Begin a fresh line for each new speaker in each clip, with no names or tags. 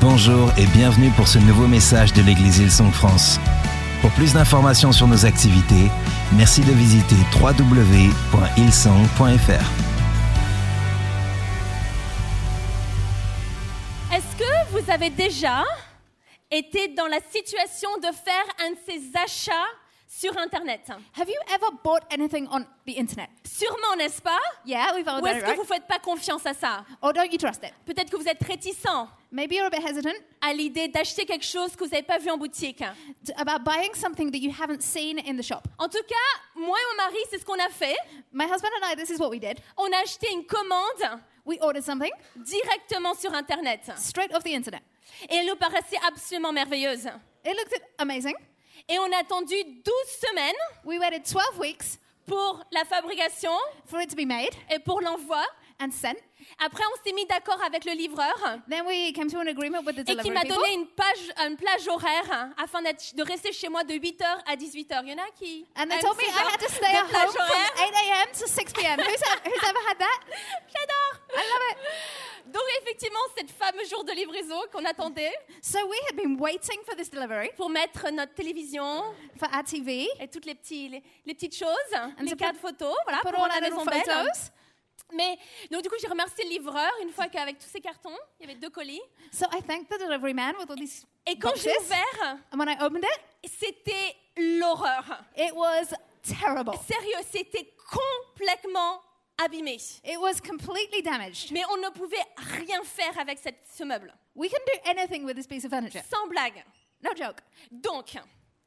Bonjour et bienvenue pour ce nouveau message de l'Église Hillsong France. Pour plus d'informations sur nos activités, merci de visiter www.hillsong.fr.
Est-ce que vous avez déjà été dans la situation de faire un de ces achats sur Internet
Have you ever bought anything on the internet?
Sûrement, n'est-ce pas
Yeah, we've all
Ou
done
est-ce
it,
que
right?
vous ne faites pas confiance à ça
Or Oh, don't you trust it?
Peut-être que vous êtes réticent
Maybe you're a bit hesitant
à l'idée d'acheter quelque chose que vous n'avez pas vu en boutique.
t- about buying something that you haven't seen in the shop.
En tout cas, moi et mon mari, c'est ce qu'on a fait.
My husband and I, this is what we did.
On a acheté une commande
We ordered something
directement sur Internet.
straight off the internet.
Et elle nous paraissait absolument merveilleuse.
It looked amazing.
Et on a attendu 12 semaines
We waited 12 weeks
pour la fabrication
for it to be made
et pour l'envoi.
and sent.
Après, on s'est mis d'accord avec le livreur.
Then we came to an agreement with the
et qui
delivery
m'a
people.
donné une, page, une plage horaire hein, afin d'être- de rester chez moi de 8h à 18h. Il y en a qui.
And they
aiment
told me
ce
I
genre
had to stay
de
at
plage
home from 8 a.m. to 6 p.m. Who's, ever, who's ever had that?
J'adore
I love it.
Donc, effectivement, c'est le fameux jour de livraison qu'on attendait
So we had been waiting for this delivery
pour mettre notre télévision
for our TV.
et toutes les, petits, les, les petites choses, les
to
cartes photos, voilà,
put
pour
all
rendre
our
la
little
maison belle.
photos.
Mais, donc, du coup, j'ai remercié le livreur une fois qu'avec tous ces cartons, il y avait deux colis.
So I thanked the delivery man with all these
Et quand j'ai
boxes.
ouvert,
And when I opened it,
c'était l'horreur.
it was terrible.
Sérieux, c'était complètement abîmé.
It was completely damaged.
Mais on ne pouvait rien faire avec cette- ce meuble.
We can do anything with this piece of furniture.
Sans blague.
No joke.
Donc,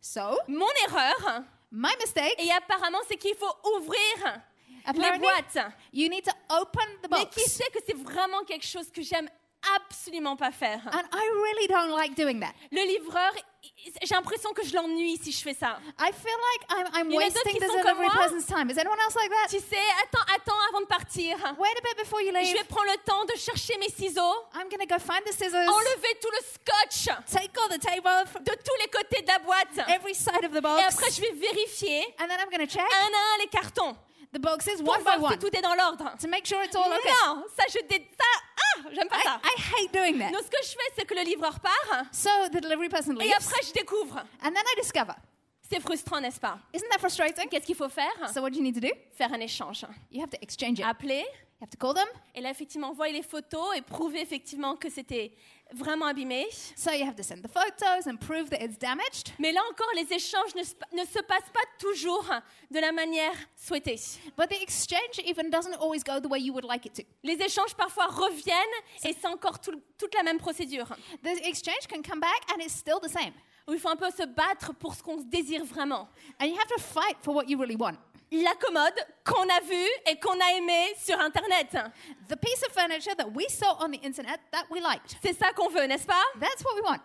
So,
mon erreur,
my mistake,
et apparemment, c'est qu'il faut ouvrir les
apparently,
boîtes.
you need to open the
Mais qui
box.
sait que c'est vraiment quelque chose que j'aime absolument pas faire.
And I really don't like doing that.
Le livreur, il- j'ai l'impression que je l'ennuie si je fais ça.
I feel like I'm, I'm
Il y en a d'autres
wasting
qui
the
sont comme
delivery
moi.
person's time. Is anyone else like that?
Tu sais, attends, attends avant de partir.
Wait a bit before you
Je
leave.
vais prendre le temps de chercher mes ciseaux,
I'm going to go find the scissors.
enlever tout le scotch
Take all the tape off
de tous les côtés de la boîte.
every side of the
Et après,
box.
je vais vérifier
And then I'm going to check
un à un les cartons
the boxes
pour
one by
voir
one
si tout est dans l'ordre.
to make sure it's all okay.
Non, ça je dé... ça ah, j'aime pas
I,
ça.
I hate doing that.
Donc ce que je fais c'est que le livreur part
So the delivery person
et
leaves,
après je découvre.
and then I discover.
C'est frustrant, n'est-ce pas
Isn't that frustrating?
Qu'est-ce qu'il faut faire
So what do you need to do?
Faire un échange.
You have to exchange it. You
Appeler
have to call them.
et là effectivement envoyer les photos et prouver effectivement que c'était vraiment abîmé.
So you have to send the photos and prove that it's damaged.
Mais là encore les échanges ne se, pa- ne se passent pas toujours de la manière souhaitée.
But the exchange even doesn't always go the way you would like it to.
Les échanges parfois reviennent et c'est encore tout- toute la même procédure.
The exchange can come back and it's still the same.
Où il faut un peu se battre pour ce qu'on désire vraiment.
And you have to fight for what you really want.
La commode qu'on a vue et qu'on a aimée sur internet.
The piece of furniture that we saw on the internet that we liked.
C'est ça qu'on veut, n'est-ce pas
That's what we want.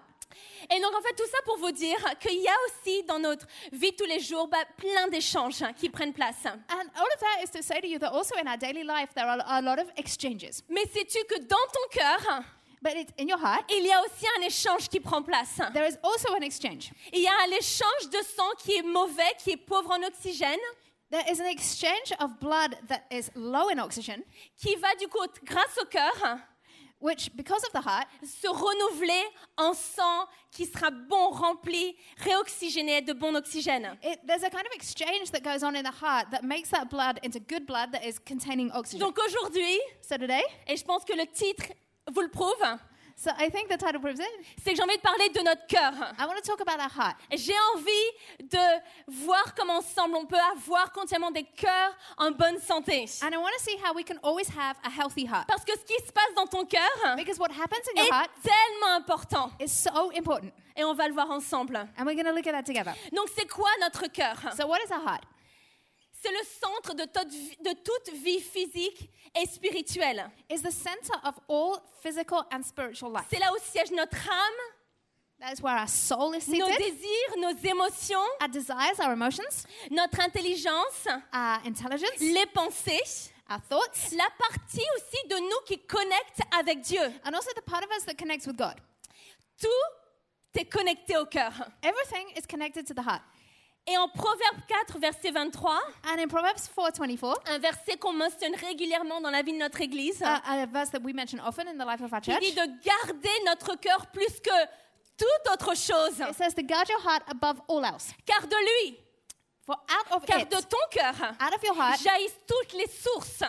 Et donc en fait tout ça pour vous dire qu'il y a aussi dans notre vie de tous les jours bah, plein d'échanges qui prennent place.
And all of that is to say to you that also in our daily life there are a lot of exchanges.
Mais sais-tu que dans ton cœur,
But it's in your heart,
il y a aussi un échange qui prend place.
there is also an exchange.
Il y a un échange de sang qui est mauvais, qui est pauvre en oxygène,
There is an exchange of blood that is low in oxygen,
qui va du coup grâce au cœur
which, because of the heart,
se renouveler en sang qui sera bon, rempli, réoxygéné de bon oxygène.
it, there's a kind of exchange that goes on in the heart that makes that blood into good blood that is containing oxygen.
Donc aujourd'hui,
so today,
et je pense que le titre vous le prouve,
so I think the title proves it.
c'est que j'ai envie de parler de notre cœur.
I want to talk about our heart.
J'ai envie de voir comment ensemble on peut avoir continuellement des cœurs en bonne santé.
And I want to see how we can always have a healthy heart.
Parce que ce qui se passe dans ton cœur
Because what happens in
est
your heart
tellement important.
is so important.
Et on va le voir ensemble.
And we're going to look at that together.
Donc c'est quoi notre cœur
So, what is our heart?
C'est le centre de toute, vie- de toute vie physique et spirituelle.
Is the center of all physical and spiritual life.
C'est là où siège notre âme,
That is where our soul is
nos
seated,
désirs, nos émotions,
our desires, our emotions,
notre intelligence,
our intelligence,
les pensées,
our thoughts,
la partie aussi de nous qui connecte avec Dieu.
and also the part of us that connects with God.
Tout est connecté au cœur.
Everything is connected to the heart.
Et en Proverbe 4, verset 23,
And in Proverbs 4:24,
un verset qu'on mentionne régulièrement dans la vie de notre Église,
uh, a, a verse that we mention often in the life of our
il
church,
dit de garder notre cœur plus que toute autre chose,
it says to guard your heart above all else,
car de lui,
for out of
car
it,
de ton cœur,
out of your heart,
jaillissent toutes les sources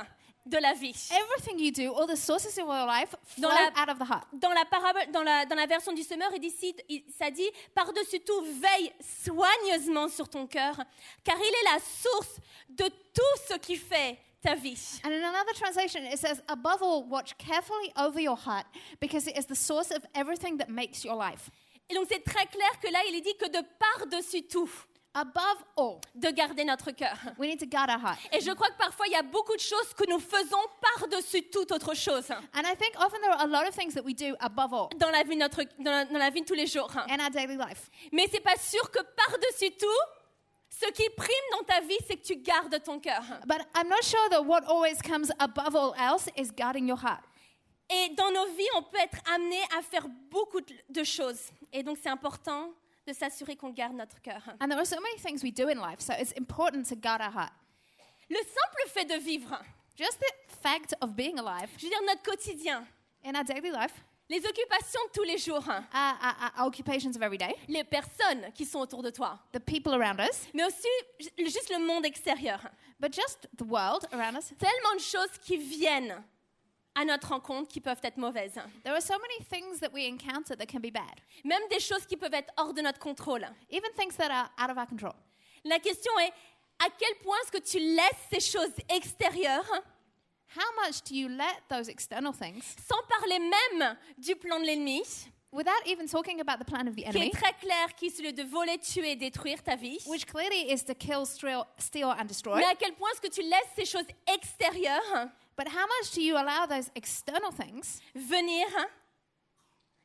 de la vie.
everything you do, all the sources of your life, flow
Dans la-
out of the heart.
Dans la, parabole, dans la, dans la version du semeur, il dit, si- il- ça dit, par-dessus tout, veille soigneusement sur ton cœur, car il est la source de tout ce qui fait ta vie.
And in another translation, it says, above all, watch carefully over your heart, because it is the source of everything that makes your life.
Et donc c'est très clair que là, il est dit que de par-dessus tout,
Above all,
de garder notre cœur.
we need to guard our heart.
Et je crois que parfois, il y a beaucoup de choses que nous faisons par-dessus toute autre chose hein,
And I think often there are a lot of things that we do above all
dans la vie de, notre, dans la, dans la vie de tous les jours. hein.
in our daily life.
Mais c'est pas sûr que par-dessus tout, ce qui prime dans ta vie, c'est que tu gardes ton cœur. hein.
But I'm not sure that what always comes above all else is guarding your heart.
Et dans nos vies, on peut être amené à faire beaucoup de- de choses. Et donc, c'est important de s'assurer qu'on garde notre cœur.
And there are so many things we do in life, so it's important to guard our heart.
Le simple fait de vivre,
Just the fact of being alive
je veux dire notre quotidien,
in our daily life,
les occupations de tous les jours,
our, our, our occupations of every day,
les personnes qui sont autour de toi,
the people around us,
mais aussi ju- juste le monde extérieur.
but just the world around us.
Tellement de choses qui viennent à notre rencontre qui peuvent être mauvaises.
There are so many things that we encounter that can be bad,
Même des choses qui peuvent être hors de notre contrôle.
even things that are out of our control.
La question est, à quel point est-ce que tu laisses ces choses extérieures
How much do you let those external things,
sans parler même du plan de l'ennemi,
without even talking about the plan of
qui
the
est
enemy,
très clair, qui est celui de voler, tuer, détruire ta vie,
which clearly is to kill, steal, steal and destroy,
mais à quel point est-ce que tu laisses ces choses extérieures
but how much do you allow those external things
venir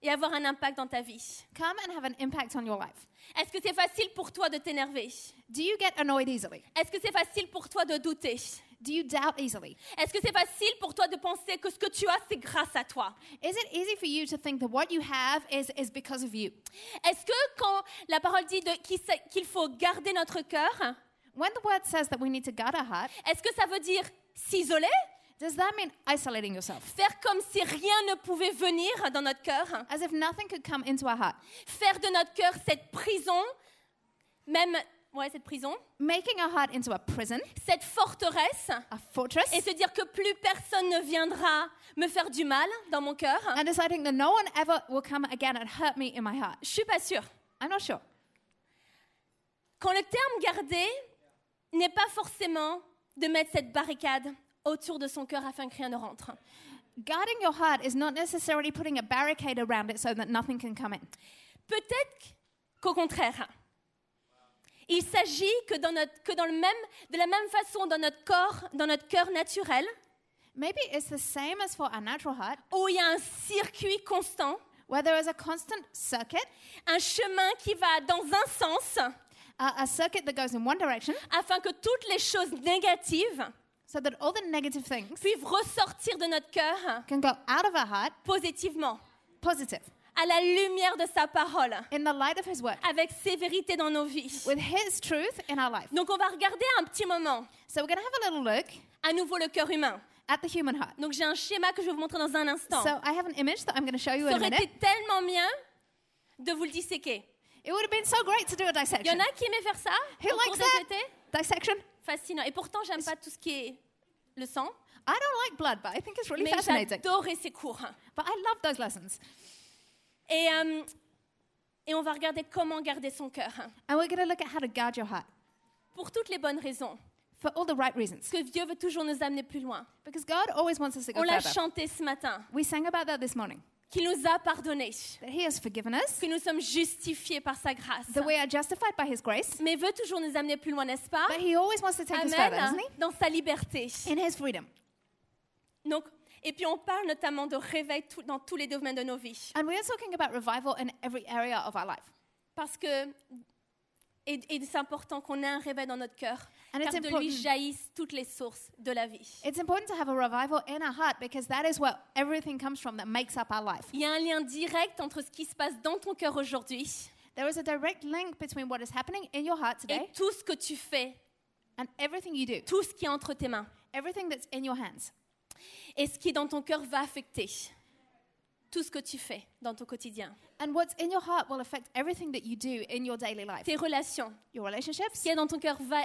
et avoir un impact dans ta vie
come and have an impact on your life?
Est-ce que c'est facile pour toi de t'énerver
Do you get annoyed easily?
Est-ce que c'est facile pour toi de douter
Do you doubt easily?
Est-ce que c'est facile pour toi de penser que ce que tu as, c'est grâce à toi
Is it easy for you to think that what you have is, is because of you?
Est-ce que quand la parole dit de- qu'il sa- qu'il faut garder notre cœur,
When the word says that we need to guard our heart,
est-ce que ça veut dire s'isoler
does that mean isolating yourself?
Faire comme si rien ne pouvait venir dans notre cœur
As if nothing could come into our heart?
faire de notre cœur cette prison, même ouais, cette prison,
Making our heart into a prison,
cette forteresse,
a fortress,
et se dire que plus personne ne viendra me faire du mal dans mon cœur.
and deciding that no one ever will come again and hurt me in my heart.
Je suis pas sûre.
I'm not sure.
Quand le terme garder n'est pas forcément de mettre cette barricade autour de son cœur afin que rien ne rentre.
Guarding your heart is not necessarily putting a barricade around it so that nothing can come in.
Peut-être qu'au contraire, il s'agit que dans notre que dans le même de la même façon dans notre corps, dans notre cœur naturel,
Maybe it's the same as for our natural heart,
où il y a un circuit constant
where there is a constant circuit,
un chemin qui va dans un sens
uh, a circuit that goes in one direction,
afin que toutes les choses négatives
so that all the negative things
puissent ressortir de notre cœur
can go out of our heart
positivement,
positive
à la lumière de sa parole,
in the light of His Word,
avec sévérité dans nos vies.
with His truth in our life.
Donc on va regarder un petit moment
So we're going to have a little look
à nouveau le cœur humain.
at the human heart.
Donc j'ai un schéma que je vais vous montrer dans un instant.
So I have an image that I'm going to show you
Ça
in a
aurait été
minute.
tellement bien de vous le disséquer.
It would have been so great to do a
Il y en
dissection.
a qui aimaient faire ça au
Who
cours
likes that?
des étés
Dissection?
Fascinant. Et pourtant, j'aime pas tout ce qui est le sang,
I don't like blood, but I think it's really
mais
fascinating.
j'adorais ces cours.
But I love those lessons.
Et, euh, et on va regarder comment garder son cœur. hein,
And we're going to look at how to guard your heart
Pour toutes les bonnes raisons.
for all the right reasons.
Parce que Dieu veut toujours nous amener plus loin.
Because God always wants us to go
On l'a
further.
chanté ce matin.
We sang about that this morning.
Qu'il nous a pardonnés.
That He has forgiven us,
Que nous sommes justifiés par sa grâce.
that we are justified by His grace,
Mais veut toujours nous amener plus loin, n'est-ce pas
but He always wants to take us further,
Amen.
doesn't He?
Dans sa liberté.
In His freedom.
Donc, et puis on parle notamment de réveil tout- dans tous les domaines de nos vies.
And we are talking about revival in every area of our life.
Parce que. Et, et c'est important qu'on ait un réveil dans notre cœur.
And
car
it's
de lui
important.
jaillissent toutes les sources de la vie.
It's important to have a revival in our heart because that is where everything comes from that makes up our life.
Il y a un lien direct entre ce qui se passe dans ton cœur aujourd'hui
There is a direct link between what is happening in your heart
et
today
tout ce que tu fais,
and everything you do,
tout ce qui est entre tes mains.
everything that's in your hands.
Et ce qui est dans ton cœur va affecter tout ce que tu fais dans ton quotidien.
And what's in your heart will affect everything that you do in your daily life.
Tes relations,
Your
ce
relationships.
qui est dans ton cœur va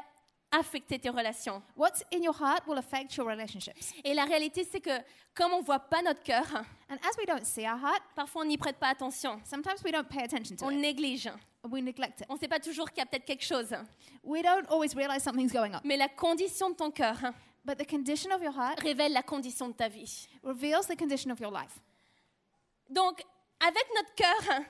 affecter tes relations.
What's in your heart will affect your relationships.
Et la réalité, c'est que comme on voit pas notre cœur,
And as we don't see our heart,
parfois on n'y prête pas attention.
sometimes we don't pay attention to
On
it.
néglige.
We neglect it.
On ne sait pas toujours qu'il y a peut-être quelque chose.
We don't always realize something's going on.
Mais la condition de ton cœur
But the condition of your heart
révèle la condition de ta vie.
reveals the condition of your life.
Donc, avec notre cœur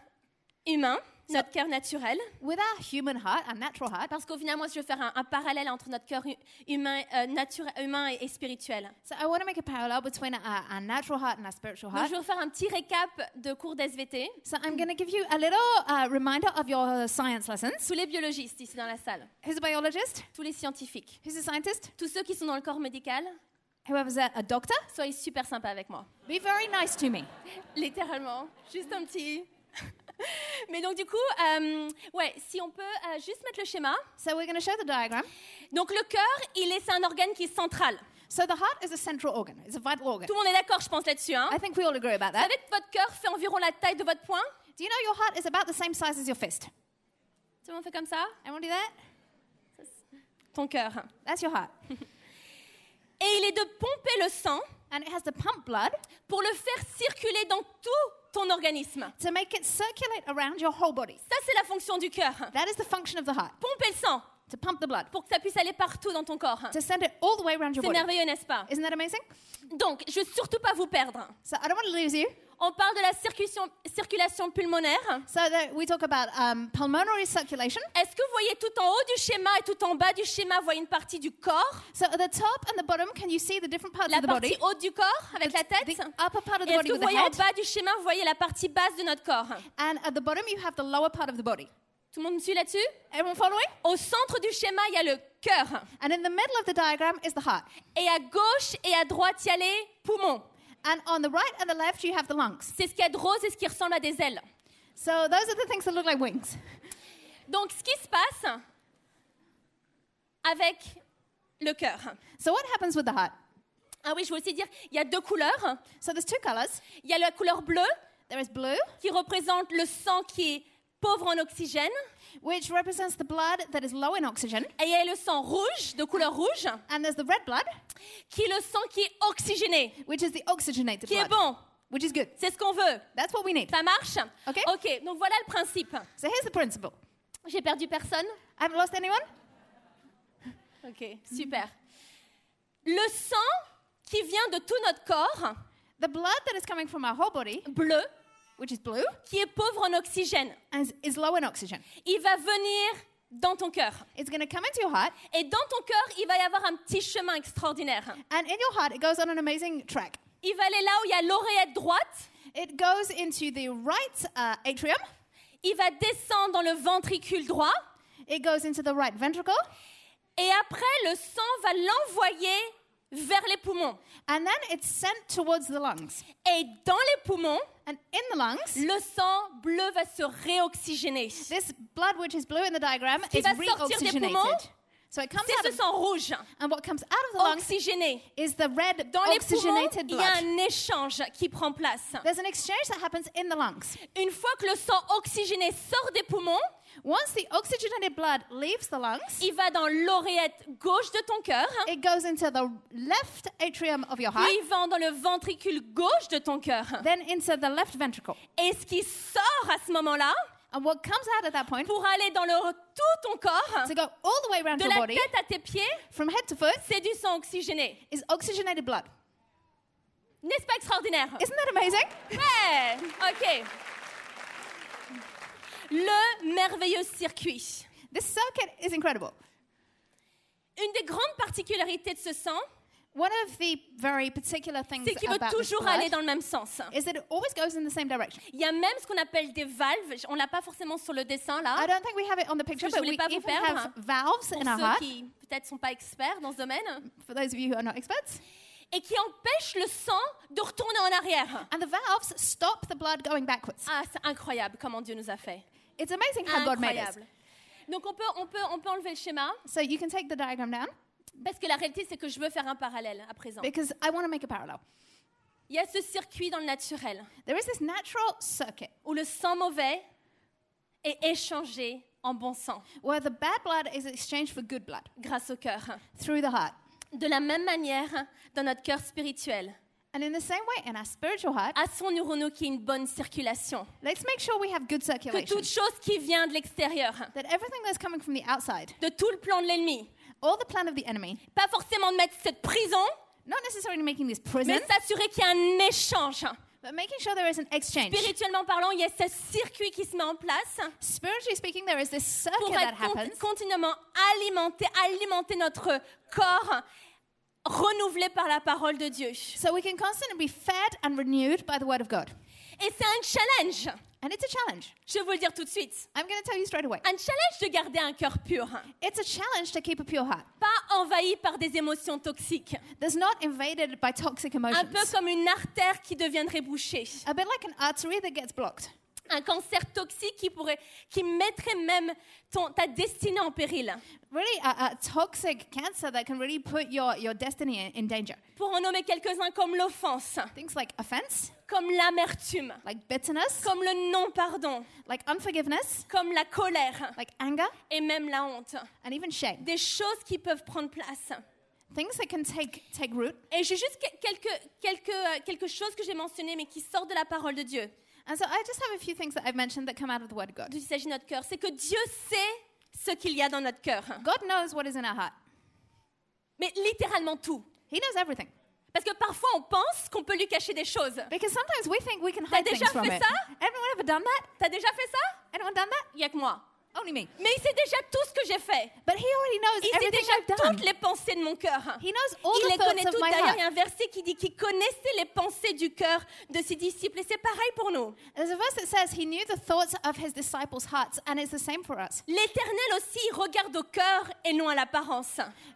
humain, notre cœur naturel,
With our human heart, our natural heart,
parce qu'au final, moi, je veux faire un, un parallèle entre notre cœur hu- humain, euh, naturel, humain et, et spirituel.
so I want to make a parallel between our, our natural heart and our spiritual
Donc,
heart.
je vais vous faire un petit récap de cours d'SVT.
So I'm going to give you a little uh, reminder of your science lessons.
Tous les biologistes ici dans la salle,
Who's a biologist?
tous les scientifiques,
Who's a scientist?
tous ceux qui sont dans le corps médical,
Whoever's a, a doctor?
soyez super sympas avec moi.
Be very nice to me.
Littéralement, juste un petit. Mais donc du coup, euh, ouais, si on peut euh, juste mettre le schéma.
So we're going to show the diagram.
Donc le cœur, il est c'est un organe qui est central.
So the heart is a central organ. It's a vital organ.
Tout le monde est d'accord, je pense là-dessus. Hein
I think we all agree about that.
Avec votre cœur fait environ la taille de votre poing.
Do you know your heart is about the same size as your fist?
Tout le monde fait comme ça.
Everyone do that?
Ton cœur.
That's your heart.
Et il est de pomper le sang
And it has to pump blood
pour le faire circuler dans tout ton organisme.
to make it circulate around your whole body.
Ça, c'est la fonction du cœur.
That is the function of the heart,
Pomper le sang
to pump the blood,
pour que ça puisse aller partout dans ton corps.
to send it all the way around your
C'est
body.
merveilleux, n'est-ce pas
Isn't that amazing?
Donc, je veux surtout pas vous perdre.
So I don't want to lose you.
On parle de la circulation- circulation pulmonaire.
So that we talk about um, pulmonary circulation.
Est-ce que vous voyez tout en haut du schéma et tout en bas du schéma, vous voyez une partie du corps,
So at the top and the bottom, can you see the different parts
la
of the
partie
body?
haute du corps avec la tête
The upper part of
Et
the
est-ce
body
que vous
with the
voyez en
head.
bas du schéma, vous voyez la partie basse de notre corps
And at the bottom, you have the lower part of the body.
Tout le monde me suit là-dessus
Everyone following?
Au centre du schéma, il y a le cœur.
And in the middle of the diagram is the heart.
Et à gauche et à droite, il y a les poumons.
And on the right and the left, you have the lungs.
C'est ce qu'il y a de rose et ce qui ressemble à des ailes.
So those are the things that look like wings.
Donc, ce qui se passe avec le cœur.
So what happens with the heart?
Ah oui, je veux aussi dire, il y a deux couleurs.
So there's two colors.
Il y a la couleur bleue
There is blue,
qui représente le sang qui est pauvre en oxygène,
which represents the blood that is low in oxygen,
et il y a le sang rouge, de couleur rouge,
and there's the red blood,
qui est le sang qui est oxygéné,
which is the oxygenated
qui est
blood,
bon.
which is good.
C'est ce qu'on veut.
That's what we need.
Ça marche
Ok.
Ok, donc voilà le principe.
So here's the principle.
J'ai perdu personne
I haven't lost anyone.
Ok, super. Le sang qui vient de tout notre corps,
The blood that is coming from our whole body,
bleu,
which is blue,
qui est pauvre en oxygène,
and is- is low in oxygen.
il va venir dans ton cœur.
It's going to come into your heart,
Et dans ton cœur, il va y avoir un petit chemin extraordinaire.
and in your heart, it goes on an amazing track.
Il va aller là où il y a l'oreillette droite,
It goes into the right uh, atrium,
il va descendre dans le ventricule droit,
it goes into the right ventricle,
et après, le sang va l'envoyer vers les poumons.
and then it's sent towards the lungs.
Et dans les poumons,
And in the lungs,
le sang bleu va se réoxygéner. C'est
this blood, which is blue in the diagram,
qui
is
va sortir des poumons,
reoxygenated. So it comes out
ce
of,
sang rouge
and what comes out of the lungs
oxygéné.
is the red
Dans les poumons,
oxygenated
il y a
blood.
un échange qui prend place.
There's an exchange that happens in the lungs.
Une fois que le sang oxygéné sort des poumons,
Once the oxygenated blood leaves the lungs,
il va dans l'oreillette gauche de ton cœur, hein,
it goes into the left atrium of your heart,
puis il va dans le ventricule gauche de ton cœur.
then into the left ventricle.
Et ce qui sort à ce moment-là,
And what comes out at that point
pour aller dans le, tout ton corps,
to go all the way around
de
your
la
body,
tête à tes pieds,
from head to foot,
c'est du sang oxygéné.
is oxygenated blood.
N'est-ce pas extraordinaire
Isn't that amazing?
Ouais, ok. Le merveilleux circuit.
This circuit is incredible.
Une des grandes particularités de ce sang,
One of the very particular things
c'est qu'il veut
about this
toujours
blood
aller dans le même sens.
is that it always goes in the same direction.
Il y a même ce qu'on appelle des valves. On l'a pas forcément sur le dessin
I
là.
don't think we have it on the picture,
Ah. que je voulais
but we
pas vous
even
perdre,
have
hein.
valves
Pour
in our
ceux
heart,
qui peut-être sont pas experts dans ce domaine,
for those of you who are not experts.
et qui empêchent le sang de retourner en arrière.
And the valves stop the blood going backwards.
Ah, c'est incroyable comment Dieu nous a fait.
It's amazing how God made us.
incroyable. Donc on peut, on, peut, on peut enlever le schéma,
So you can take the diagram down
parce que la réalité, c'est que je veux faire un parallèle à présent.
because I want to make a parallel.
Il y a ce circuit dans le naturel,
There is this natural circuit
où le sang mauvais est échangé en bon sang,
where the bad blood is exchanged for good blood
grâce au cœur.
through the heart.
De la même manière, dans notre cœur spirituel,
And in the same way, in our spiritual heart,
assurons-nous qu'il y ait une bonne circulation,
let's make sure we have good
que
circulation.
toute chose qui vient de l'extérieur,
That everything that's coming from the outside,
de tout le plan de l'ennemi,
or the plan of the enemy,
pas forcément de mettre cette prison,
not necessarily making this prison,
mais s'assurer qu'il y a un échange.
but making sure there is an exchange.
Spirituellement parlant, il y a ce circuit qui se met en place
Spiritually speaking, there is this circuit
pour
that
être con-
happens
continuellement alimenté, alimenter notre corps renouvelé par la parole de Dieu. Et
so we can constantly be fed and renewed by the word of God.
c'est un challenge,
And it's a challenge.
je vais vous le dire tout de suite,
I'm going to tell you straight away.
un challenge de garder un cœur pur,
It's a challenge to keep a pure heart
pas envahi par des émotions toxiques,
that's not invaded by toxic
un peu
emotions.
comme une artère qui deviendrait bouchée,
A bit like an artery that gets blocked.
un cancer toxique qui pourrait, qui mettrait même ton, ta destinée en péril.
Really, a, a toxic cancer that can really put your, your destiny in, in danger.
Pour en nommer quelques-uns comme l'offense,
Things like offense,
comme l'amertume,
like bitterness,
comme le non-pardon,
like unforgiveness,
comme la colère
like anger,
et même la honte.
and even shame.
Des choses qui peuvent prendre place.
Things that can take, take root.
Et j'ai juste que- quelques, quelques, euh, quelque chose que j'ai mentionné mais qui sort de la parole de Dieu.
And so I just have a few things that I've mentioned that come out of the word of God.
D'où il s'agit de notre cœur. C'est que Dieu sait ce qu'il y a dans notre cœur.
God knows what is in our heart,
Mais littéralement tout.
He knows everything.
Parce que parfois on pense qu'on peut lui cacher des choses.
Because sometimes we think we can hide
déjà
things from
fait
it.
ça?
Anyone ever done that?
T'as déjà fait ça
Anyone done that?
Il n'y a que moi.
Only me.
Mais il sait déjà tout ce que j'ai fait.
But He already knows
Il sait
everything
déjà
I've done.
toutes les pensées de mon cœur.
He knows all
il
the
les
thoughts
connaît
of
toutes.
my
D'ailleurs, il y a
heart.
un verset qui dit qu'il connaissait les pensées du cœur de ses disciples. Et c'est pareil pour nous.
There's a verse that says He knew the thoughts of His disciples' hearts, and it's the same for us.
L'Éternel aussi il regarde au cœur et non à l'apparence.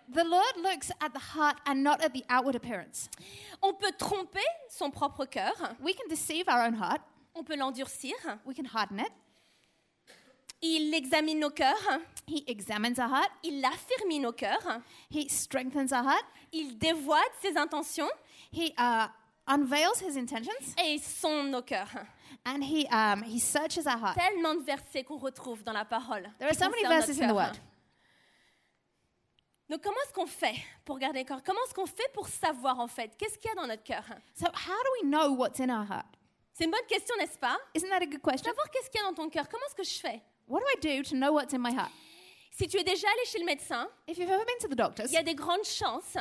The Lord looks at the heart and not at the outward appearance.
On peut tromper son propre cœur,
We can deceive our own heart.
on peut l'endurcir.
We can harden it.
Il examine nos cœurs,
He examines our heart.
il affermit nos cœurs,
He strengthens our heart.
il dévoile ses intentions
He uh, unveils His intentions,
et il sonde nos cœurs.
and He um, He searches our heart.
Tellement de versets qu'on retrouve dans la parole.
There are
qui
so many
concernent
verses
notre
in the
cœur.
Word.
Donc comment est-ce qu'on fait pour garder le cœur Comment est-ce qu'on fait pour savoir en fait Qu'est-ce qu'il y a dans notre cœur
So how do we know what's in our heart?
C'est une bonne question, n'est-ce pas
Isn't that a good question?
Savoir qu'est-ce qu'il y a dans ton cœur, comment est-ce que je fais
What do I do to know what's in my heart?
Si tu es déjà allé chez le médecin,
If you've ever been to the doctor's,
il y a des grandes chances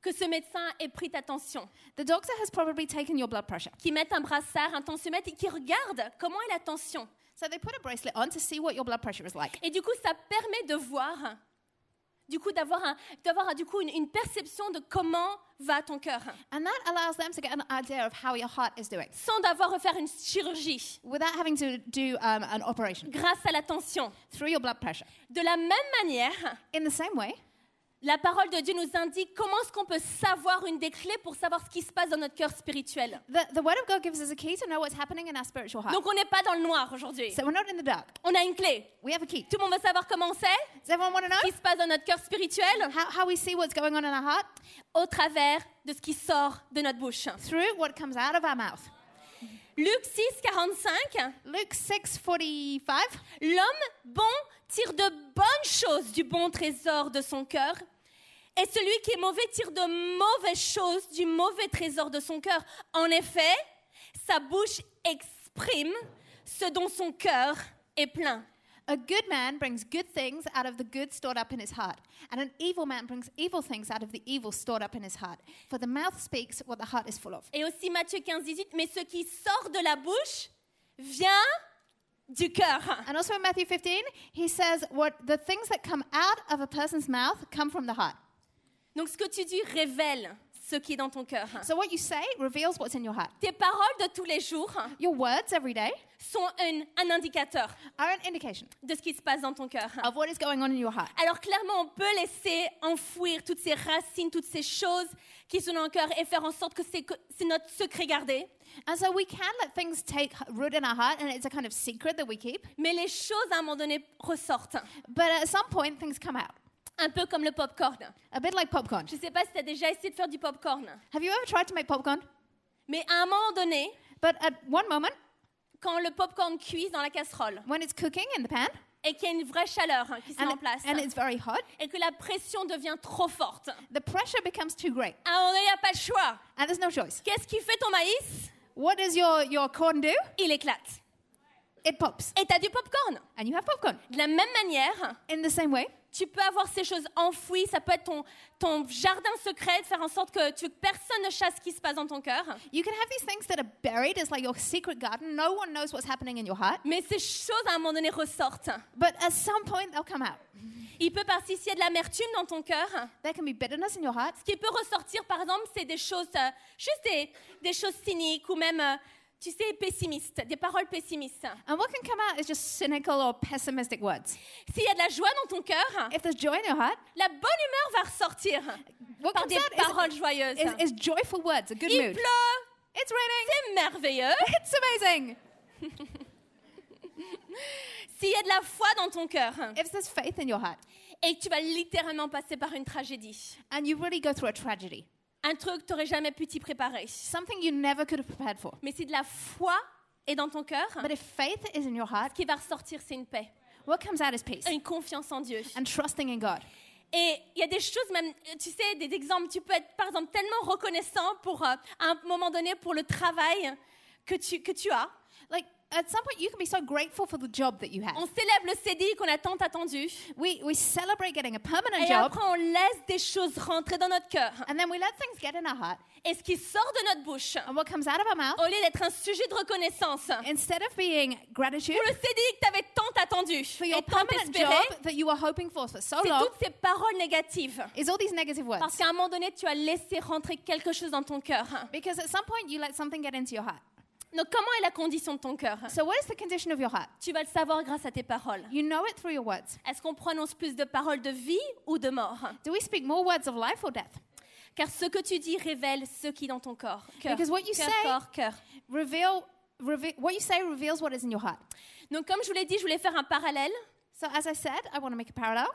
que ce médecin ait pris ta tension,
the doctor has probably taken your blood pressure.
qu'il mette un brassard, un tensiomètre et qu'il regarde comment est la tension.
So they put a bracelet on to see what your blood pressure is like.
Et du coup, ça permet de voir, du coup, d'avoir un- d'avoir du coup une, une perception de comment va ton cœur,
And that allows them to get an idea of how your heart is doing
sans d'avoir à faire une chirurgie,
without having to do um, an operation
grâce à la tension.
through your blood pressure.
De la même manière,
In the same way,
la parole de Dieu nous indique comment est-ce qu'on peut savoir une des clés pour savoir ce qui se passe dans notre cœur spirituel.
the, the Word of God gives us a key to know what's happening in our spiritual heart.
Donc on n'est pas dans le noir aujourd'hui.
So we're not in the dark.
On a une clé.
We have a key.
Tout le monde veut savoir comment on sait
Does everyone want to
ce
know
qui se passe dans notre cœur spirituel
how, how we see what's going on in our heart?
au travers de ce qui sort de notre bouche.
Through what comes out of our mouth.
Luc 6, 45.
Luke 6.45
L'homme bon tire de bonnes choses du bon trésor de son cœur, et celui qui est mauvais tire de mauvaises choses du mauvais trésor de son cœur. En effet, sa bouche exprime ce dont son cœur est plein.
A good man brings good things out of the good stored up in his heart, and an evil man brings evil things out of the evil stored up in his heart. For the mouth speaks what the heart is full of.
Et aussi Matthieu 15, 18, mais ce qui sort de la bouche vient du cœur.
And also in Matthew 15, he says, What the things that come out of a person's mouth come from the heart.
Donc ce que tu dis révèle ce qui est dans ton cœur.
So what you say reveals what's in your heart.
Tes paroles de tous les jours
Your words every day
sont un, un indicateur
are an indication
de ce qui se passe dans ton cœur.
of what is going on in your heart.
Alors clairement, on peut laisser enfouir toutes ces racines, toutes ces choses qui sont dans le cœur et faire en sorte que c'est que- c'est notre secret gardé.
And so we can let things take root in our heart, and it's a kind of secret that we keep.
Mais les choses, à un moment donné, ressortent.
But at some point, things come out.
Un peu comme le popcorn.
A bit like popcorn.
Je ne sais pas si tu as déjà essayé de faire du popcorn.
Have you ever tried to make popcorn?
Mais à un moment donné,
But at one moment,
quand le popcorn cuise dans la casserole
when it's cooking in the pan,
et qu'il y a une vraie chaleur hein, qui se met
and,
en place
and it's very hot,
et que la pression devient trop forte,
the pressure becomes too great,
à un moment donné, il n'y a pas le choix.
and there's no choice.
Qu'est-ce qui fait ton maïs
What does your, your corn do?
Il éclate.
It pops,
Et tu as du popcorn.
and you have popcorn.
De la même manière,
In the same way,
Tu peux avoir ces choses enfouies, ça peut être ton, ton jardin secret, de faire en sorte que tu veux que personne ne chasse ce qui se passe dans ton cœur.
you can have these things that are buried. It's like your secret garden. No one knows what's happening in your heart.
Mais ces choses, à un moment donné, ressortent.
But at some point, they'll come out.
Il peut partir s'il y a de l'amertume dans ton cœur.
There can be bitterness in your heart.
Ce qui peut ressortir, par exemple, c'est des choses, euh, juste des, des choses cyniques ou même, euh, tu sais, pessimistes, des paroles pessimistes.
And what can come out is just cynical or pessimistic words.
S'il y a de la joie dans ton cœur,
If there's joy in your heart,
la bonne humeur va ressortir
what
par
comes
des
out
paroles joyeuses.
is, is, is joyful words, a good
Il
mood.
pleut,
It's raining.
c'est merveilleux.
It's amazing.
S'il y a de la foi dans ton cœur
If there's faith in your heart
et que tu vas littéralement passer par une tragédie,
and you really go through a tragedy,
un truc que tu n'aurais jamais pu t'y préparer.
something you never could have prepared for.
Mais si de la foi est dans ton cœur,
But if faith is in your heart,
ce qui va ressortir, c'est une paix,
what comes out is peace
une confiance en Dieu.
and trusting in God.
Et il y a des choses, même, tu sais, des exemples. Tu peux être, par exemple, tellement reconnaissant pour, euh, à un moment donné, pour le travail que tu, que tu as.
Like, at some point, you can be so grateful for the job that you have.
On célèbre le CDI qu'on a tant attendu.
We, we celebrate getting a permanent
Et
job,
après, on laisse des choses rentrer dans notre cœur.
and then we let things get in our heart.
Et ce qui sort de notre bouche,
And what comes out of our mouth,
au lieu d'être un sujet de reconnaissance,
instead of being gratitude
pour le CDI que tu avais tant attendu
for your
et tant
permanent
espéré,
job Oh that you were hoping for for so
c'est
long,
toutes ces paroles négatives.
is all these negative
Parce
words.
qu'à un moment donné, tu as laissé rentrer quelque chose dans ton cœur.
Because at some point, you let something get into your heart.
Donc, comment est la condition de ton cœur
So, what is the condition of your heart?
Tu vas le savoir grâce à tes paroles.
You know it through your words.
Est-ce qu'on prononce plus de paroles de vie ou de mort
Do we speak more words of life or death?
Car ce que tu dis révèle ce qui est dans ton corps. Cœur,
Because what you
cœur,
say-
corps, cœur.
Reveal, reve- what you say reveals what is in your heart.
Donc, comme je vous l'ai dit, je voulais faire un parallèle.
So, as I said, I want to make a parallel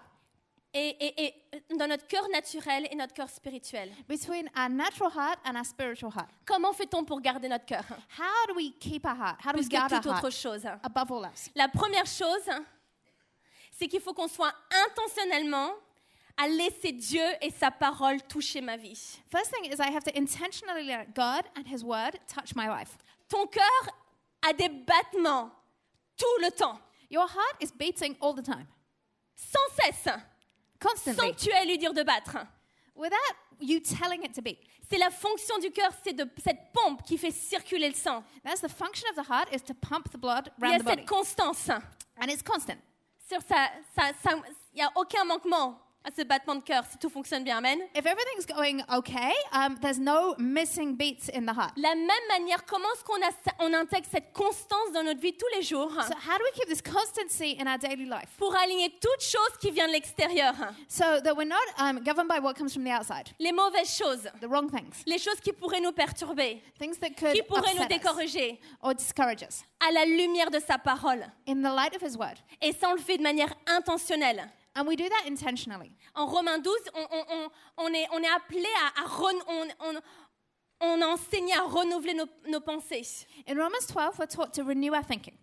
Et, et- et dans notre cœur naturel et notre cœur spirituel.
between our natural heart and our spiritual heart.
Comment fait-on pour garder notre cœur
How do we keep our heart? How do
Plus
we guard
que
our
toute autre
heart
chose. hein.
above all else?
La première chose, c'est qu'il faut qu'on soit intentionnellement à laisser Dieu et sa parole toucher ma vie.
First thing is I have to intentionally let God and His Word touch my life.
Ton cœur a des battements tout le temps,
Your heart is beating all the time,
sans cesse, sans
constantly,
que tu aies à lui dire de battre.
without you telling it to beat.
C'est la fonction du cœur, c'est de cette pompe qui fait circuler le sang.
That's the function of the heart is to pump the blood
Il y
round
a
the
cette
body,
constance.
and it's constant.
Sur ça, ça- ça- il n'y a aucun manquement à ce battement de cœur si tout fonctionne bien. Amen.
If everything's going okay, um, there's no missing beats in the heart.
La même manière, comment est-ce qu'on a- on intègre cette constance dans notre vie tous les jours
So how do we keep this constancy in our daily life
pour aligner toute chose qui vient de l'extérieur.
so that we're not um, governed by what comes from the outside,
Les mauvaises choses,
the wrong things,
les choses qui pourraient nous perturber,
things that could
qui pourraient nous
upset us
décourager,
or discourage us?
à la lumière de sa parole.
In the light of His Word,
Et ça, on le fait de manière intentionnelle.
and we do that intentionally.
En Romains 12, on, on- on- on est, on est appelé à, à ren- on, on- on a enseigné à renouveler nos, nos pensées.
In Romans 12, we're taught to renew our thinking,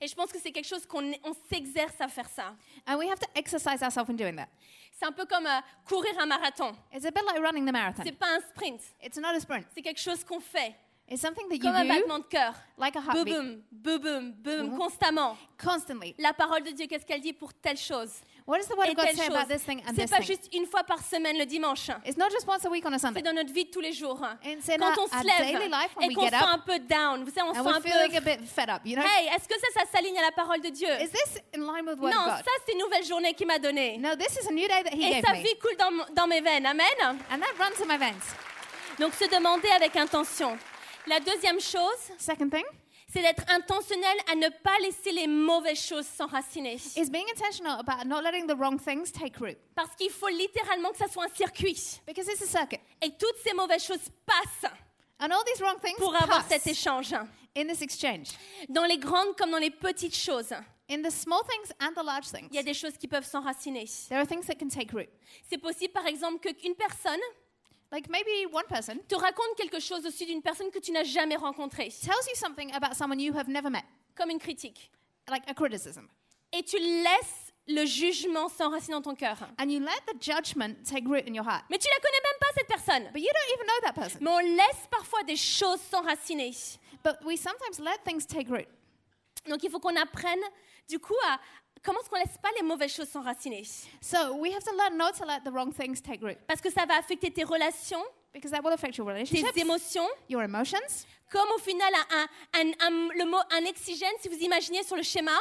Et je pense que c'est quelque chose qu'on on s'exerce à faire ça.
and we have to exercise ourselves in doing that.
C'est un peu comme euh, courir un marathon.
It's a bit like running the
C'est
marathon.
pas un sprint,
It's not a sprint.
c'est quelque chose qu'on fait,
It's something that
comme un
you do
battement de cœur.
like a
Boum,
heartbeat Mm-hmm.
boum, boum, boum, boum, constamment.
constantly.
La parole de Dieu, qu'est-ce qu'elle dit pour telle chose
What does the Word
et
of God
telle
say about this
chose
thing and
C'est
this
pas
thing?
juste une fois par semaine le dimanche.
It's not just once a week on a
C'est
Sunday.
dans notre vie de tous les jours.
c'est
Quand
dans
on se
our daily
lève
life when
et
we
qu'on
get
sent
up.
un peu down, vous savez, on se
And
sent
we're
un peu.
feeling a bit fed up, you know?
Hey, est-ce que ça, ça s'aligne à la parole de Dieu
Is this in line with
Non,
Word of
ça
God?
c'est une nouvelle journée qu'il m'a donnée.
No, this is a new day that He
Et
gave
sa
me.
vie coule dans, mon- dans mes veines. Amen.
And that runs in my veins.
Donc se demander avec intention. La deuxième chose,
Second thing
c'est d'être intentionnel à ne pas laisser les mauvaises choses s'enraciner.
is being intentional about not letting the wrong things take root
Parce qu'il faut littéralement que ça soit un circuit.
because it's a circuit.
Et toutes ces mauvaises choses passent
And all these wrong things
pour avoir cet
pass
échange.
in this exchange.
Dans les grandes comme dans les petites choses,
In the small things and the large things,
il y a des choses qui peuvent s'enraciner.
there are things that can take root.
C'est possible, par exemple, que- qu'une personne
Like maybe one person
te raconte quelque chose aussi d'une personne que tu n'as jamais rencontrée,
tells you something about someone you have never met,
comme une critique.
like a criticism,
Et tu laisses le jugement s'enraciner dans ton cœur.
and you let the judgment take root in your heart.
Mais tu la connais même pas, cette personne.
But you don't even know that person.
Mais on laisse parfois des choses s'enraciner.
But we sometimes let things take root.
Donc il faut qu'on apprenne, du coup, à comment est-ce qu'on laisse pas les mauvaises choses s'enraciner.
So we have to learn not to let the wrong things take root
Parce que ça va affecter tes relations,
because that will affect your
tes
relationships,
émotions,
your emotions.
comme au final un, un, un- un- le mot un exigène, si vous imaginez sur le schéma,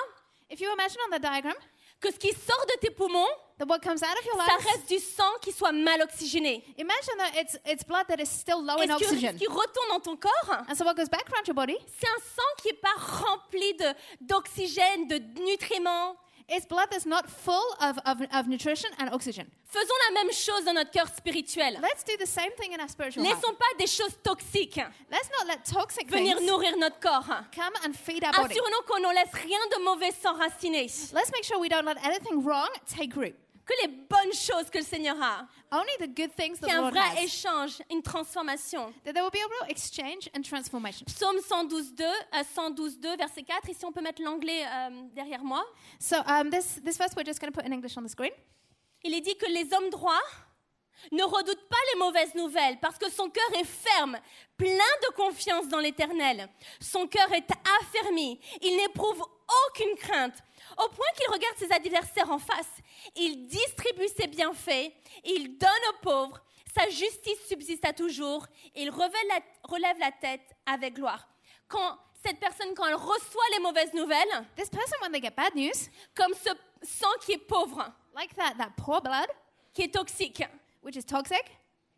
If you imagine on the diagram
que ce qui sort de tes poumons,
that what comes out of your
ça
lungs,
reste du sang qui soit mal oxygéné.
imagine that it's, it's blood that is still low
Et
in
ce que- ce
oxygen.
qui retourne dans ton corps,
And so what goes back around your body
c'est un sang qui n'est pas rempli de- d'oxygène, de, nutriments.
is blood that's not full of, of, of nutrition and oxygen.
Faisons la même chose dans notre cœur spirituel.
Let's do the same thing in our spiritual life.
Laissons pas des choses toxiques
Let's not let toxic
venir
things
nourrir notre corps.
come and feed our body.
Assurons qu'on ne laisse rien de mauvais s'enraciner.
Let's make sure we don't let anything wrong take root.
Que les bonnes choses que le Seigneur a.
Only the good things that
Qu'il y ait
the
un
Lord
vrai
has.
échange, une transformation.
That there will be a real exchange and transformation.
Psaume 112, 2, 112, 2, verset 4. Ici, on peut mettre l'anglais euh, derrière moi.
So um, this, this verse we're just going to put in English on the screen.
Il est dit que les hommes droits ne redoutent pas les mauvaises nouvelles parce que son cœur est ferme, plein de confiance dans l'Éternel. Son cœur est affermi, il n'éprouve aucune crainte, au point qu'il regarde ses adversaires en face. Il distribue ses bienfaits, il donne aux pauvres, sa justice subsiste à toujours, il relève la, relève la tête avec gloire. Quand cette personne, quand elle reçoit les mauvaises nouvelles,
This person, when they get bad news,
comme ce sang qui est pauvre,
like that, that poor blood,
qui est toxique,
which is toxic,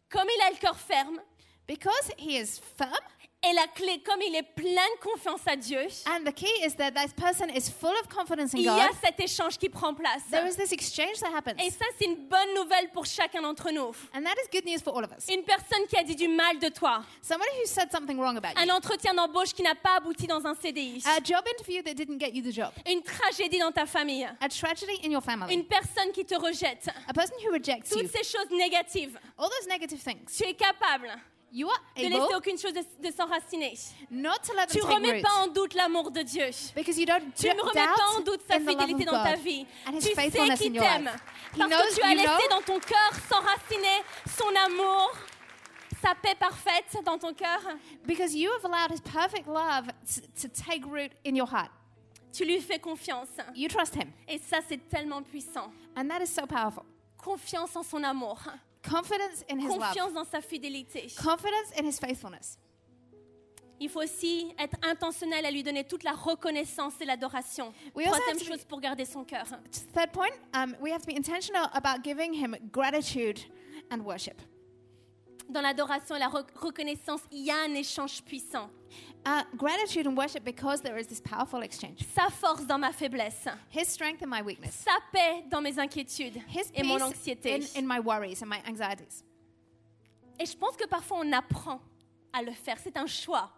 comme il a le cœur ferme
because he is firm,
et la clé, comme il est plein de confiance à Dieu,
and the key is that that person is full of confidence in
il y a
Oh God,
cet échange qui prend place.
there is this exchange that happens.
Et ça, c'est une bonne nouvelle pour chacun d'entre nous.
And that is good news for all of us.
Une personne qui a dit du mal de toi,
Somebody who said something wrong about you,
un entretien d'embauche qui n'a pas abouti dans un CDI,
a job interview that didn't get you the job,
une tragédie dans ta famille,
a tragedy in your family,
une personne qui te rejette,
a person who rejects you,
toutes ces choses négatives,
all those negative things.
tu es capable
You are
de laisser
able
aucune chose de, de s'enraciner.
not to let
Tu
them take
remets
root
pas en doute l'amour de Dieu.
because you don't
Tu ne
doubt
remets pas en doute sa
in the love
fidélité
of
dans ta
God
vie.
and His
Tu sais
faithfulness
qu'il
in your life.
t'aime. Parce
He knows
que tu as
you know-
laissé dans ton cœur s'enraciner son amour, sa paix parfaite dans ton cœur.
Because you have allowed His perfect love t- to take root in your heart.
Tu lui fais confiance.
You trust Him,
Et ça, c'est tellement puissant.
and that is so powerful.
Confiance en son amour.
Confidence in His love,
Confiance dans sa fidélité.
confidence in His faithfulness.
Il faut aussi être intentionnel à lui donner toute la reconnaissance et l'adoration.
We also
Troisième
have to be-
chose pour garder son cœur.
Third point, um, we have to be intentional about giving Him gratitude and worship.
Dans l'adoration et la re- reconnaissance, il y a un échange puissant.
Uh, gratitude and worship because there is this powerful exchange.
Sa force dans ma faiblesse.
His strength in my weakness,
sa paix dans mes inquiétudes
His
et mon
peace
anxiété.
in, in my worries and my anxieties.
Et je pense que parfois on apprend à le faire, c'est un choix.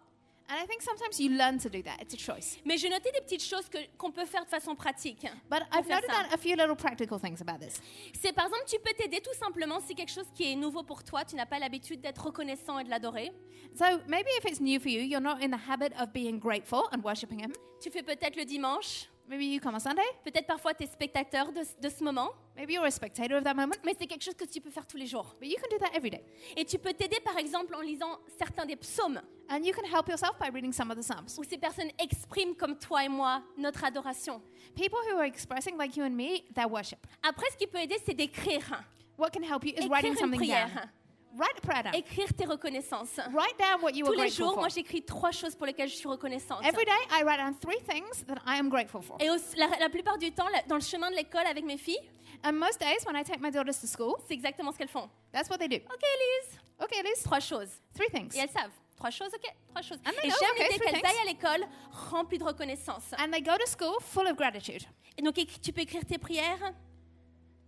And I think sometimes you learn to do that. It's a choice.
Mais j'ai noté des petites choses que- qu'on peut faire de façon pratique.
But I've
faire
noted
ça.
down a few little practical things about this.
C'est par exemple, tu peux t'aider tout simplement si quelque chose qui est nouveau pour toi, tu n'as pas l'habitude d'être reconnaissant et de l'adorer.
So maybe if it's new for you, you're not in the habit of being grateful and worshiping Him.
Tu fais peut-être le dimanche,
Maybe you come on Sunday.
peut-être parfois tu es spectateur de, de ce moment,
Maybe you're a spectator of that moment.
mais c'est quelque chose que tu peux faire tous les jours.
But you can do that every day.
Et tu peux t'aider par exemple en lisant certains des psaumes
And you can help yourself by reading some of the Psalms.
où ces personnes expriment comme toi et moi notre adoration.
People who are expressing, like you and me, their worship.
Après, ce qui peut aider, c'est d'écrire.
What can help you is
Écrire
writing
une
something down.
prière.
Write a prayer down.
Écrire tes reconnaissances.
Write down what you
Tous
were
les
grateful
jours, moi
for.
j'écris trois choses pour lesquelles je suis reconnaissante.
Every day, I write down three things that I am grateful for.
Et aussi- la, la plupart du temps, la- dans le chemin de l'école avec mes filles,
And most days, when I take my daughters to school,
c'est exactement ce qu'elles font.
that's what they do.
Ok Elise,
Okay, Elise,
Trois choses.
three things.
Et elles savent. Trois choses, ok Trois choses.
Ah, mais
Et
non,
j'aime
ok,
l'idée
three
qu'elles
things.
aillent à l'école remplies de reconnaissance.
And they go to school full of gratitude.
Et donc, éc- tu peux écrire tes prières.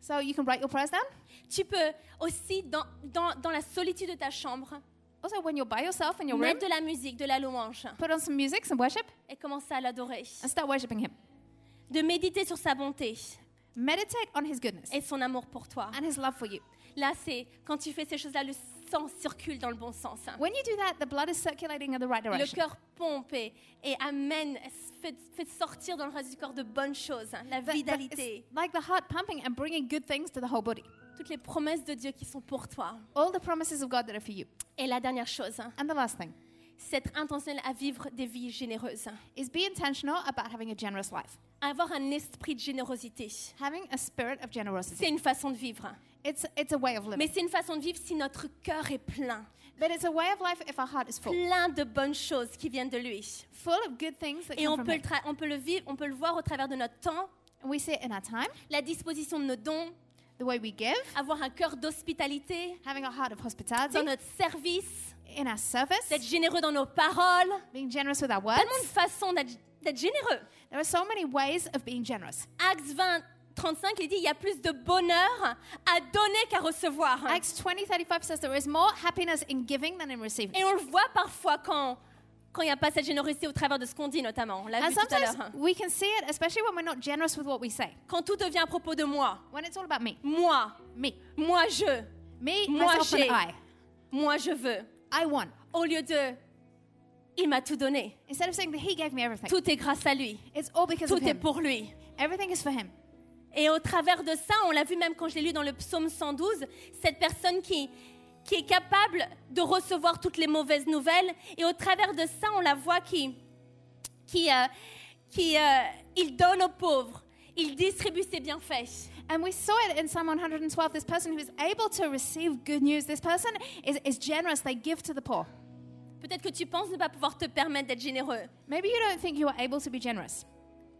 So you can write your prayers down.
Tu peux aussi, dans, dans, dans la solitude de ta chambre,
Also, when you're by yourself in your room,
mettre de la musique, de la louange
put on some music, some worship,
et commencer à l'adorer.
and start worshiping Him.
De méditer sur sa bonté
Meditate on His goodness
et son amour pour toi.
and His love for you.
Là, c'est quand tu fais ces choses-là, le sang circule dans le bon sens.
When you do that, the blood is circulating in the right
Le
direction.
cœur pompe et, et amène, fait, fait sortir dans le reste du corps de bonnes choses, la
The- the- it's
vitalité,
like the heart pumping and bringing good things to the whole body.
toutes les promesses de Dieu qui sont pour toi.
All the promises of God that are for you.
Et la dernière chose,
And the last thing
c'est être intentionnel à vivre des vies généreuses,
is be intentional about having a generous life,
avoir un esprit de générosité.
having a spirit of
C'est
generosity.
une façon de vivre.
It's, it's a way of
Mais
living,
c'est une façon de vivre si notre cœur est plein,
but it's a way of life if our heart is full,
plein de bonnes choses qui viennent de lui.
full of good things that
Et on
come from
peut, le
Him.
tra- on peut le vivre, on peut le voir au travers de notre temps,
We see it in our time,
la disposition de nos dons,
the way we give,
avoir un cœur d'hospitalité,
having a heart of
dans
hospitality,
notre service,
in our service,
d'être généreux dans nos paroles.
being generous with our
Tellement de
words.
façons d'être d'être généreux.
There are so many ways of being generous.
Acts 20, 35, il dit il y a plus de bonheur à donner qu'à recevoir.
Acts 20 35 says there is more happiness in giving than in receiving.
Et on le voit parfois quand quand il n'y a pas cette générosité au travers de ce qu'on dit notamment. On l'a
And
vu tout à
sometimes
l'heure. hein.
we can see it, especially when we're not generous with what we say.
Quand tout devient à propos de moi,
When it's all about me,
moi,
me,
moi je,
me,
Moi,
myself,
j'ai.
and I.
moi je veux,
I won.
au lieu de il m'a tout donné.
Instead of saying that He gave me everything,
Tout est grâce à lui.
it's all because of
Tout est
Him.
pour lui.
Everything is for Him.
Et au travers de ça, on l'a vu même quand je l'ai lu dans le psaume 112, cette personne qui, qui est capable de recevoir toutes les mauvaises nouvelles. Et au travers de ça, on la voit qui, qui, euh, qui euh, il donne aux pauvres, il distribue ses bienfaits.
And we saw it in Psalm 112. This person who is able to receive good news, this person is, is generous. They give to the poor.
Peut-être que tu penses ne pas pouvoir te permettre d'être généreux.
Maybe you don't think you are able to be generous.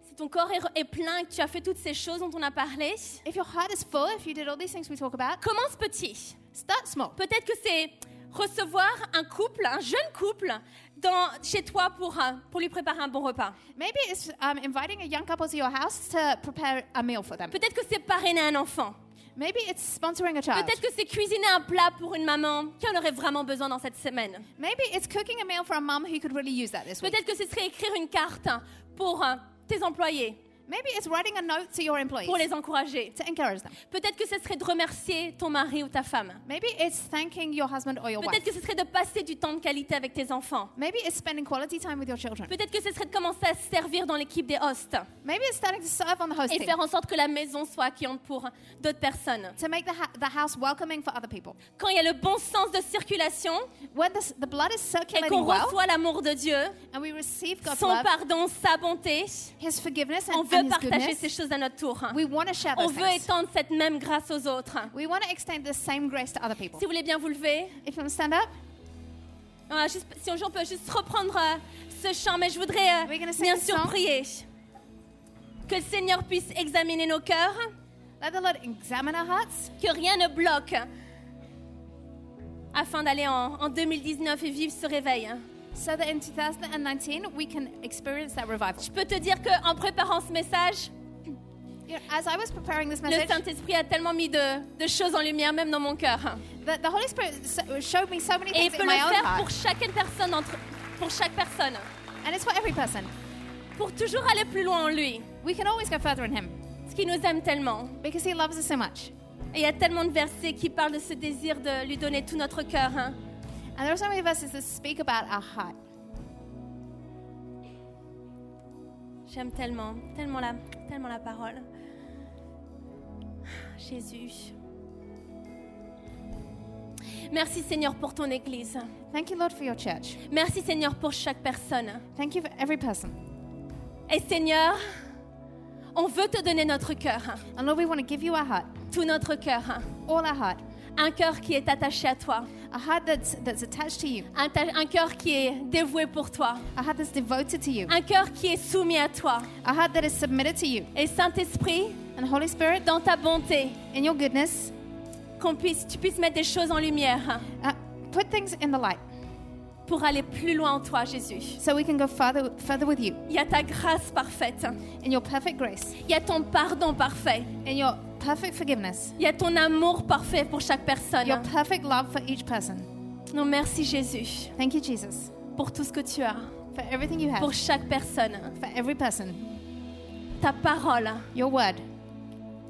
Si ton corps est, est plein et que tu as fait toutes ces choses dont on a parlé,
If your heart is full, if you did all these things we talk about,
commence petit.
start small.
Peut-être que c'est recevoir un couple, un jeune couple, dans, chez toi pour, euh, pour lui préparer un bon repas.
Maybe it's um, inviting a young couple to your house to prepare a meal for them.
Peut-être que c'est parrainer un enfant.
Maybe it's sponsoring a child.
Peut-être que c'est cuisiner un plat pour une maman qui en aurait vraiment besoin dans cette semaine.
Maybe it's cooking a meal for a mum who could really use that this week.
Peut-être que ce serait écrire une carte pour euh, tes employés,
Maybe it's writing a note to your employees
pour les encourager.
to encourage them.
Peut-être que ce serait de remercier ton mari ou ta femme.
Maybe it's thanking your husband or your wife.
Peut-être que ce serait de passer du temps de qualité avec tes enfants.
Maybe it's spending quality time with your children.
Peut-être que ce serait de commencer à se servir dans l'équipe des hosts
Maybe it's starting to serve on the
et
hosting
faire en sorte que la maison soit accueillante pour d'autres personnes.
to make the, ha- the house welcoming for other people.
Quand il y a le bon sens de circulation
When the, s- the blood is
et qu'on
circulating well
reçoit l'amour de Dieu,
and we receive God's
son
love,
pardon, sa bonté,
His forgiveness
on veut
and, and His
partager
goodness,
ces choses à notre tour.
we want to share
On
those
veut
things.
étendre cette même grâce aux autres.
We want to extend the same grace to other people.
Si vous voulez bien vous lever,
If you want to stand up,
on va juste- si on peut juste reprendre euh, ce chant, mais je voudrais euh,
We're gonna sing
bien
this
sûr
song.
prier que le Seigneur puisse examiner nos cœurs,
let the Lord examine our hearts
que rien ne bloque, afin d'aller en, en 2019 et vivre ce réveil.
so that in 2019 we can experience that revival.
Je peux te dire que en préparant ce message,
You know, as I was preparing this
le
message,
Saint-Esprit a tellement mis de, de choses en lumière, même dans mon cœur.
the, the Holy Spirit so- showed me so many
Et il
things
peut
in
le
my own
faire pour
heart,
chacune personne, entre- pour chaque personne,
and it's for every person.
pour toujours aller plus loin en lui,
We can always go further in Him
ce qui nous aime tellement.
because He loves us so much.
Et il y a tellement de versets qui parlent de ce désir de lui donner tout notre cœur. hein.
And there are so many verses that speak about our heart.
J'aime tellement, tellement la, tellement la parole. Jésus. Merci Seigneur pour ton Église.
Thank you, Lord, for your church.
Merci Seigneur pour chaque personne.
Thank you for every person.
Et Seigneur, on veut te donner notre cœur, hein.
And Lord, we want to give you our heart,
tout notre cœur. hein.
all our heart,
Un cœur qui est attaché à toi.
a heart that's, that's attached to you,
Un, ta- un cœur qui est dévoué pour toi.
a heart that's devoted to you,
Un cœur qui est soumis à toi.
a heart that is submitted to you.
Et Saint-Esprit,
And Holy Spirit,
dans ta bonté,
in your goodness,
qu'on puisse, tu puisses mettre des choses en lumière,
uh, put things in the light
pour aller plus loin en toi, Jésus.
so we can go further, further with you
Il y a ta grâce parfaite,
in your perfect grace,
il y a ton pardon parfait,
in your perfect forgiveness,
il y a ton amour parfait pour chaque
your
personne.
perfect love for each person.
Nous merci Jésus
Thank you, Jesus,
pour tout ce que tu as,
for everything you have,
pour chaque personne.
for every person.
Ta parole,
Your word,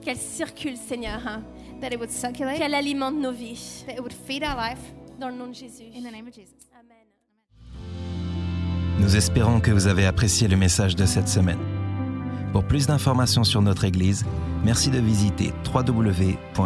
qu'elle circule Seigneur,
that it would circulate,
qu'elle alimente nos vies.
that it would feed our life
Dans le nom de Jésus.
in the name of Jesus.
Amen.
Nous espérons que vous avez apprécié le message de cette semaine. Pour plus d'informations sur notre Église, merci de visiter www.ilson.fr.